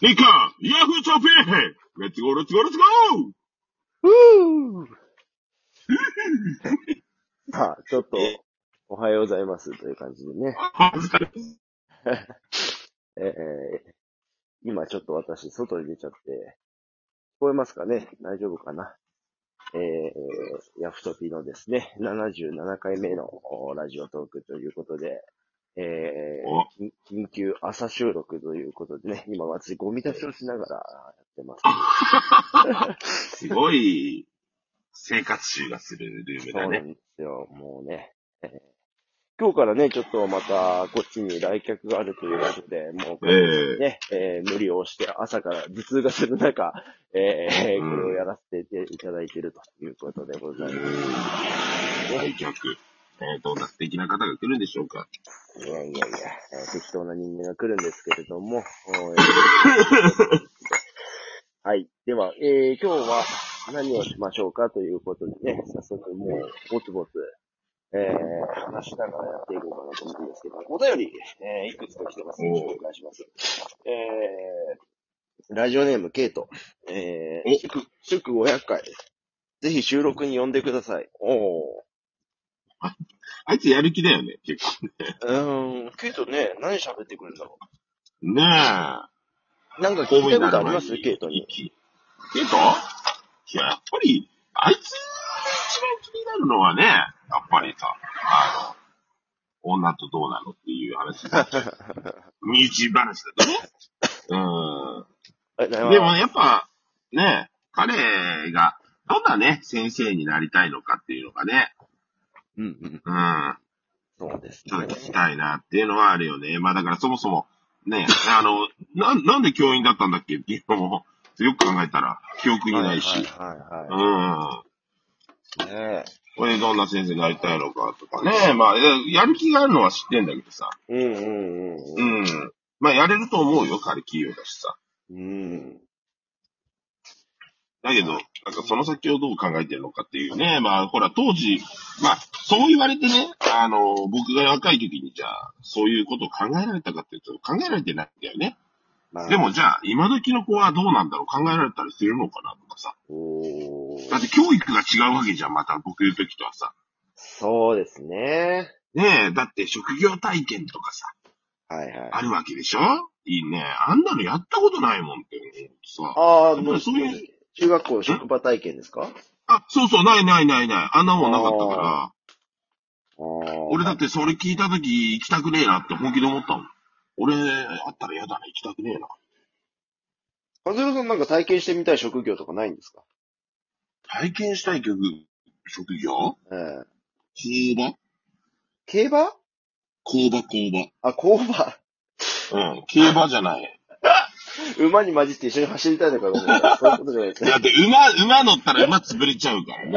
リカヤフーショッピングレッツゴーレッツゴーレッツゴーうーさあ、ちょっと、おはようございますという感じでね。あお疲れえー今ちょっと私、外に出ちゃって、聞こえますかね大丈夫かなえー、ヤフトピのですね、77回目のおラジオトークということで、えおー、緊緊急朝収録ということでね、今私ゴミ出しをしながらやってます。すごい、生活習がするルームそうだなね。んですよ、もうね。えー今日からね、ちょっとまた、こっちに来客があるということで、もう、ええね、えー無理をして朝から頭痛がする中、えうーんこれをやらせていただいているということでございま来客。えー、どんな素敵な方が来るんでしょうかす。いやいやいや、えー適当な人間が来るんですけれど も、おーえーはい。では、えー今日は何をしましょうかということでね、早速もう、ぼつぼつ、えー話しながらやっていこうかなと思うんですけど、お便り、えーいくつか来てますので、おう紹介します。えーラジオネーム、ケイト。えーお祝、祝500回。ぜひ収録に呼んでください。おー。あいつやる気だよね、結構。うーん、ケイトね、何喋ってくるんだろねえ。う。なんか公聞務員いたこになとある前りまにすケイトに。ケイトいや、やっぱり、あいつ、一番気になるのはね、やっぱりさ、あの、女とどうなのっていう話。 身内話だとね。ありがとううん。ござでいまもやっぱ、ね、彼が、どんなね、先生になりたいのかっていうのがね、すうんうん。うん、そうですちょっと聞きね。たいなっていうのはあるよね。まあだからそもそも、ね、あの、 なん、なんで教員だったんだっけっていうのも、よく考えたら、記憶にないし。はいはいはうん。いはい。ねこれどんな先生になりたいのかとかね。まあ、ややる気があるのは知ってんだけどさ。えうんうんうんううん。ん。まあ、やれると思うよ、彼企業だしさ。うん。だけど、なんかその先をどう考えてるのかっていうね。まあ、ほら、当時、まあ、そう言われてね、あの、僕が若い時にじゃあ、そういうことを考えられたかっていうと、考えられてないんだよね。まあで、もじゃあ、今時の子はどうなんだろう考えられたりするのかなとかさ。おーだって教育が違うわけじゃん、また僕の時とはさ。そうですね。ねえ、だって職業体験とかさ。はいはい。あるわけでしょいいね。あんなのやったことないもんって思うとさ。ああ、やっもぱう、りそういう中学校職場体験ですかあ、そうそう、ないないないない。あんなもんなかったから。俺俺だってそれ聞いたとき行きたくねえなって本気で思ったもん。俺、あったら嫌だな、行きたくねえな。カズルさんなんか体験してみたい職業とかないんですか体験したい曲、職業ええ工場競馬工場工あ、競馬。場。うん、競馬じゃない。 馬に混じって一緒に走りたいのかと思った。そういうことじゃないですね。だって馬、馬乗ったら馬潰れちゃうからね。い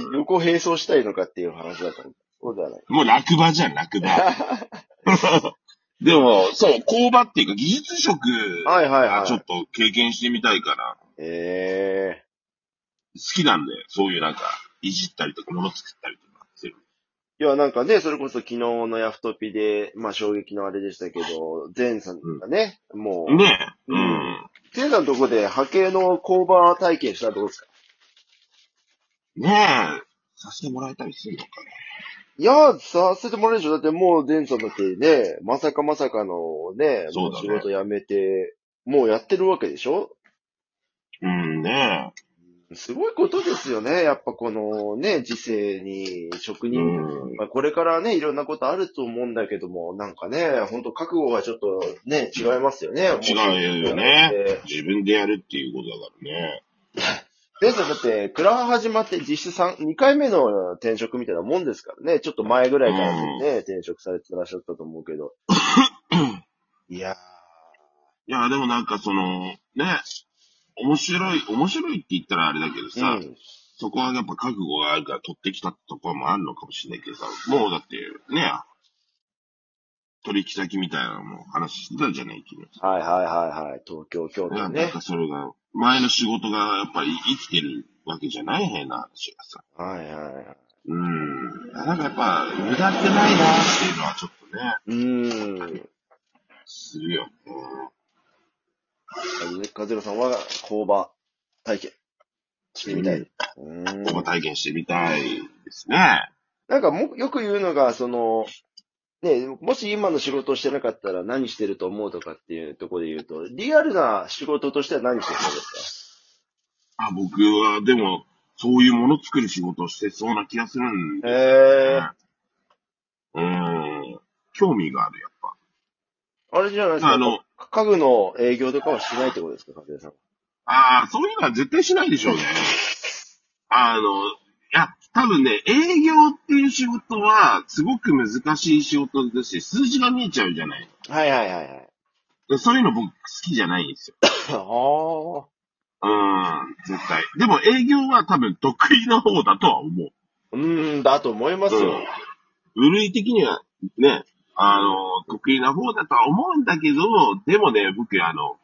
うんや横並走したいのかっていう話だと思う。そうではない。。もう落馬じゃん、落馬。でも、そう、工場っていうか技術職はいはいあちょはっと経験してみたいから、好い。えきなんで、そういうなんか、いじったりとか、物作ったりとかしてる。えいや、なんかね、それこそ昨日のヤフトピで、まあ衝撃のあれでしたけど、ゼンさんがね、もう、ねえ。ううんん。ゼンさんのとこで波形の工場体験したらどうですかねえ。させてもらえたりするのかいやー、させてもらえるでしょだってもう、デンさんだってね、まさかまさかのね、そうだねも仕事辞めて、もうやってるわけでしょな。うん、ねすごいことですよね。やっぱこのね、時世に職え。う人、ん。まあ、これからね、いろんなことあると思うんだけども、なんかね、ほんと覚悟がちょっとね、違いますよね。違うよね。。自分でやるっていうことだからね。デンさんだって、クラハ始まって実質3、2回目の転職みたいなもんですからね。ちょっと前ぐらいからね、転職されてらっしゃったと思うけ ど。いやーいや、でもなんかその、ね、面白い、面白いって言ったらあれだけどさ、うん、そこはやっぱ覚悟があるから取ってきたところもあるのかもしれないけどさ、もうだって、ね、取引先みたいなのも話してたじゃない、昨日。はいはいはいはい。東京、京なんか都ね。それが、前の仕事がやっぱり生きてるわけじゃない変な話がさ。はいはいはい。うん。なんかやっぱ、無駄ってないなっていうのはちょっとね、うーん。するよ。カゼロさんは工場体験してみたい。う工場ん。体験してみたいですね。なんかも、よく言うのが、その、ね、もし今の仕事をしてなかったら何してると思うとかっていうところで言うと、リアルな仕事としては何してるんですあ、僕は、でも、そういうもの作る仕事をしてそうな気がするんかで、へえうー。ん。興味がある、やっぱ。あれじゃないですか。あのか家具の営業とかはしないってことですか、カゼロさん。ああ、そういうのは絶対しないでしょうね。あの、いや、多分ね、営業っていう仕事は、すごく難しい仕事だし、数字が見えちゃうじゃない。はいはいはいはい。でそういうの僕好きじゃないんですよ。ああ。うん、絶対。でも営業は多分得意な方だとは思う。うーん、だと思いますよ。うん。類的には、ね、あの、得意な方だとは思うんだけど、でもね、僕、あの、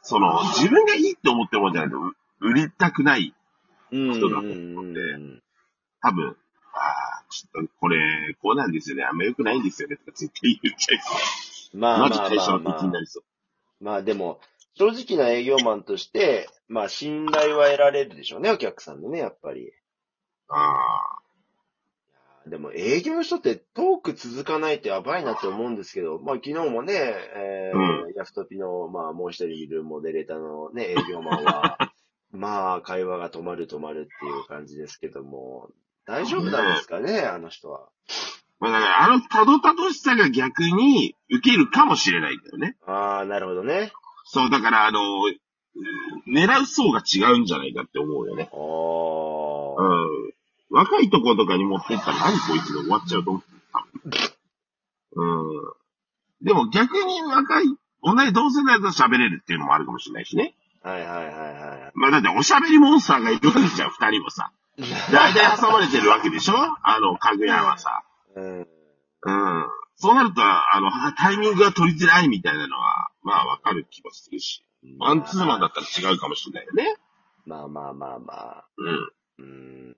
その、自分がいいって思ってもんじゃないと、う売りたくない。うん。うん人だとうんうん多分、ああ、ちょっと、これ、こうなんですよね。あんま良くないんですよね。とか絶対言っちゃいそう。まあまマあジまあ会社のま敵あにな。りそう。まあでも、正直な営業マンとして、まあ信頼は得られるでしょうね、お客さんのね、やっぱり。あでも営業の人ってトーク続かないってやばいなって思うんですけど、まあ昨日もね、えーうヤフトピの、まあもう一人いるモデレーターのね、営業マ ンは、まあ会話が止まる止まるっていう感じですけども、大丈夫なんですかね、あの人は。あ。まあ、だから、あの、たどたどしさが逆に受けるかもしれないけどね。ああ、なるほどね。そう、だから、あの、うん狙う層が違うんじゃないかって思うよね。おうー。ん。若いとことかに持ってったら何こいつで終わっちゃうと思ってた。うん。でも逆に若い、同じ同世代と喋れるっていうのもあるかもしれないしね。はいはいはいはまあだっておしゃべりモンスターがいるわけじゃん、二人もさ。大体挟まれてるわけでしょあの、かぐやはさ。い。うん。うん。そうなると、あの、タイミングが取りづらいみたいなのは、まあわかる気もするし。マンツーマンだったら違うかもしれないよね。まあまあまあまあ。うん。うーん。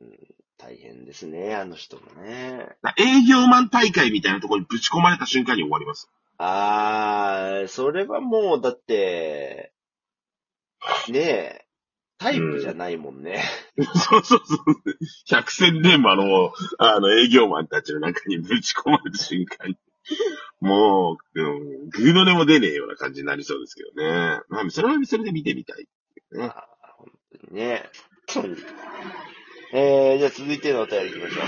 大変ですね、あの人もね。だから営業マン大会みたいなところにぶち込まれた瞬間に終わります。あー、それはもう、だって、ねえ、タイプじゃないもんね。 そうそうそう。百戦錬磨の、あの、営業マンたちの中にぶち込まれた瞬間に、もう、うん、ぐうの音も出ねえような感じになりそうですけどね。まあ、それはそれで見てみたい。うんあー本当にね。そうえー、じゃあ続いてのお便りいきましょう。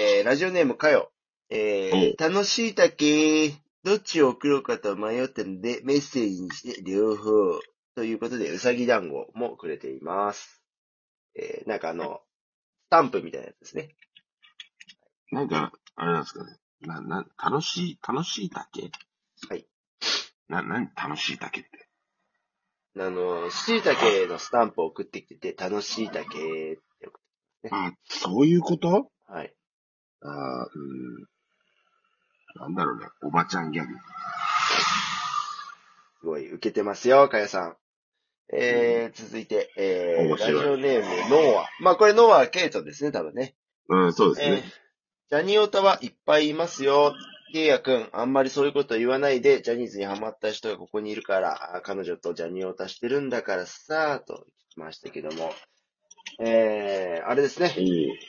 えー、ラジオネームかよ。えー、楽しいだけ、どっちを送ろうかと迷ったので、メッセージにして両方。ということで、うさぎ団子もくれています。えー、なんかあの、スタンプみたいなやつですね。なんか、あれなんですかね。な、な、楽しい、楽しいだけはい。な、なに楽しいだけって。あの、しいたけのスタンプを送ってきてて、楽しいたけ。あ、そういうことはい。あうん。なんだろうね。おばちゃんギャグ。すごい、受けてますよ、かよさん。えー、続いて、えー、面ラジ白いオネーム、ノーア。まあ、これノーア・ケイトですね、多分ね。うん、そうですえーね。、ジャニオタはいっぱいいますよ。ケイヤくん、あんまりそういうこと言わないで、ジャニーズにハマった人がここにいるから、あ彼女とジャニオタしてるんだからさ、と聞きましたけども。えー、あれですね。うん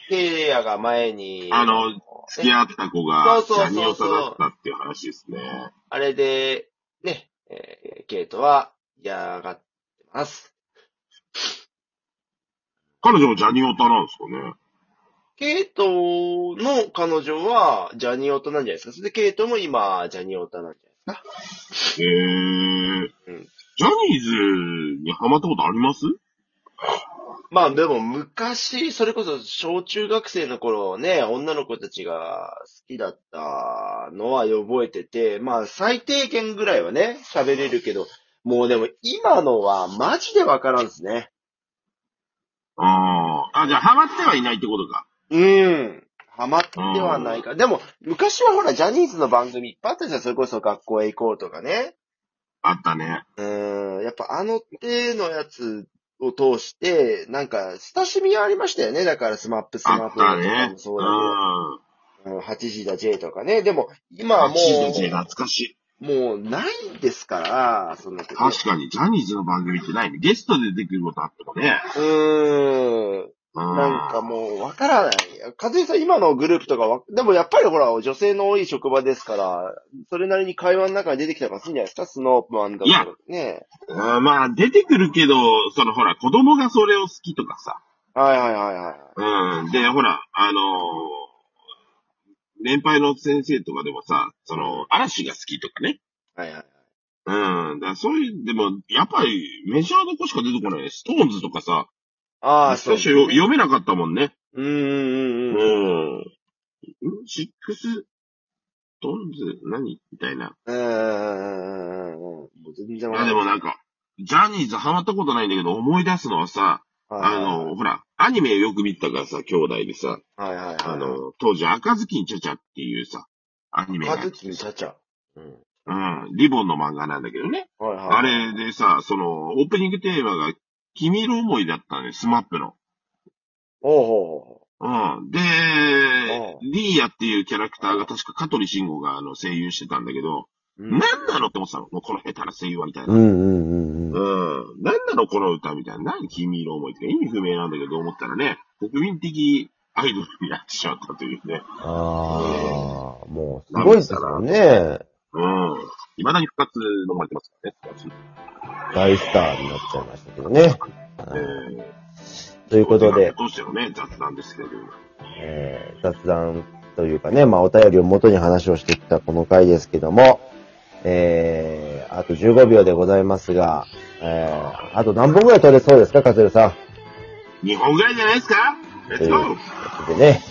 ケイヤが前に、あのね付き合った子が、ジそうそうャそうそうニオタだったっていう話ですね。あれで、ね、えーケイトは嫌がってます。彼女もジャニオタなんですかね。ケイトの彼女はジャニオタなんじゃないですかそれでケイトも今、ジャニオタなんじゃないでへえーうん。ジャニーズにハマったことありますすかまあでも昔、それこそ小中学生の頃ね、女の子たちが好きだったのは覚えてて、まあ最低限ぐらいはね、喋れるけど、もうでも今のはマジでわからんですね。ああ。あ、じゃあハマってはいないってことか。うん。ハマってはないか。でも、昔はほら、ジャニーズの番組いっぱいあったじゃん。それこそ学校へ行こうとかね。あったね。うん。やっぱあの手のやつを通して、なんか、親しみがありましたよね。だから、スマップ、スあマッっプとたかねも。うそうだん。けど、うん、8時だ J とかね。でも、今はあ、もチーズたちう、懐かしい。もうないですから、そんなこと。確かに、ジャニーズの番組ってないね。ゲストで出てくることあったかね。うーん。うなんかもう、わからない。和江さん、今のグループとかわ、でもやっぱりほら、女性の多い職場ですから、それなりに会話の中に出てきたりするんじゃないですかスノープマンだといやかね。うんまあ、出てくるけど、そのほら、子供がそれを好きとかさ。はいはいはいはい。うん。で、ほら、あのー年配の先生とかでもさ、その、嵐が好きとかね。はいはい。うん。だからそういう、でも、やっぱり、メジャーの子しか出てこないね。ストーンズとかさ、ああ、そう最初ですね、よ読めなかったもんね。うーうんうんうんうん。ん。んシックス、トーンズ、何みたいな。うんうんうんうんうん。もう全然いわや、かんでなもい。なんか、ジャニーズハマったことないんだけど、思い出すのはさ、はいあはいはい、の、ほら、アニメよく見てたからさ、兄弟でさ、はいはいはい。あ、の、当時、赤ずきんちゃちゃっていうさ、アニメがあカってズキにちゃちゃ。うん。うん、リボンの漫画なんだけどね。はいはい。あれでさ、その、オープニングテーマが、君色思いだったね、スマップの。おうほうほうん。でおう、リーヤっていうキャラクターが確か香取慎吾があの声優してたんだけど、う。うんなんなのって思ってたのもうこの下手な声優はみたいな。うんうんうんうん。うん。なんなのこの歌みたいな。何君色思いって意味不明なんだけど思ったらね、国民的アイドルになってしまったというね。ああ、もうすごいですよね。うん。未だに復活のまれてますからね。大スターになっちゃいましたけどね。えーということで、どうしてもね、雑談ですけれども。えー雑談というかね、まあお便りを元に話をしてきたこの回ですけども、えー、あと15秒でございますが、えー、あと何本ぐらい取れそうですか、カズルさん。日本ぐらいじゃないですかレッツゴでーね、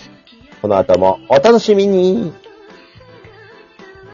この後もお楽しみに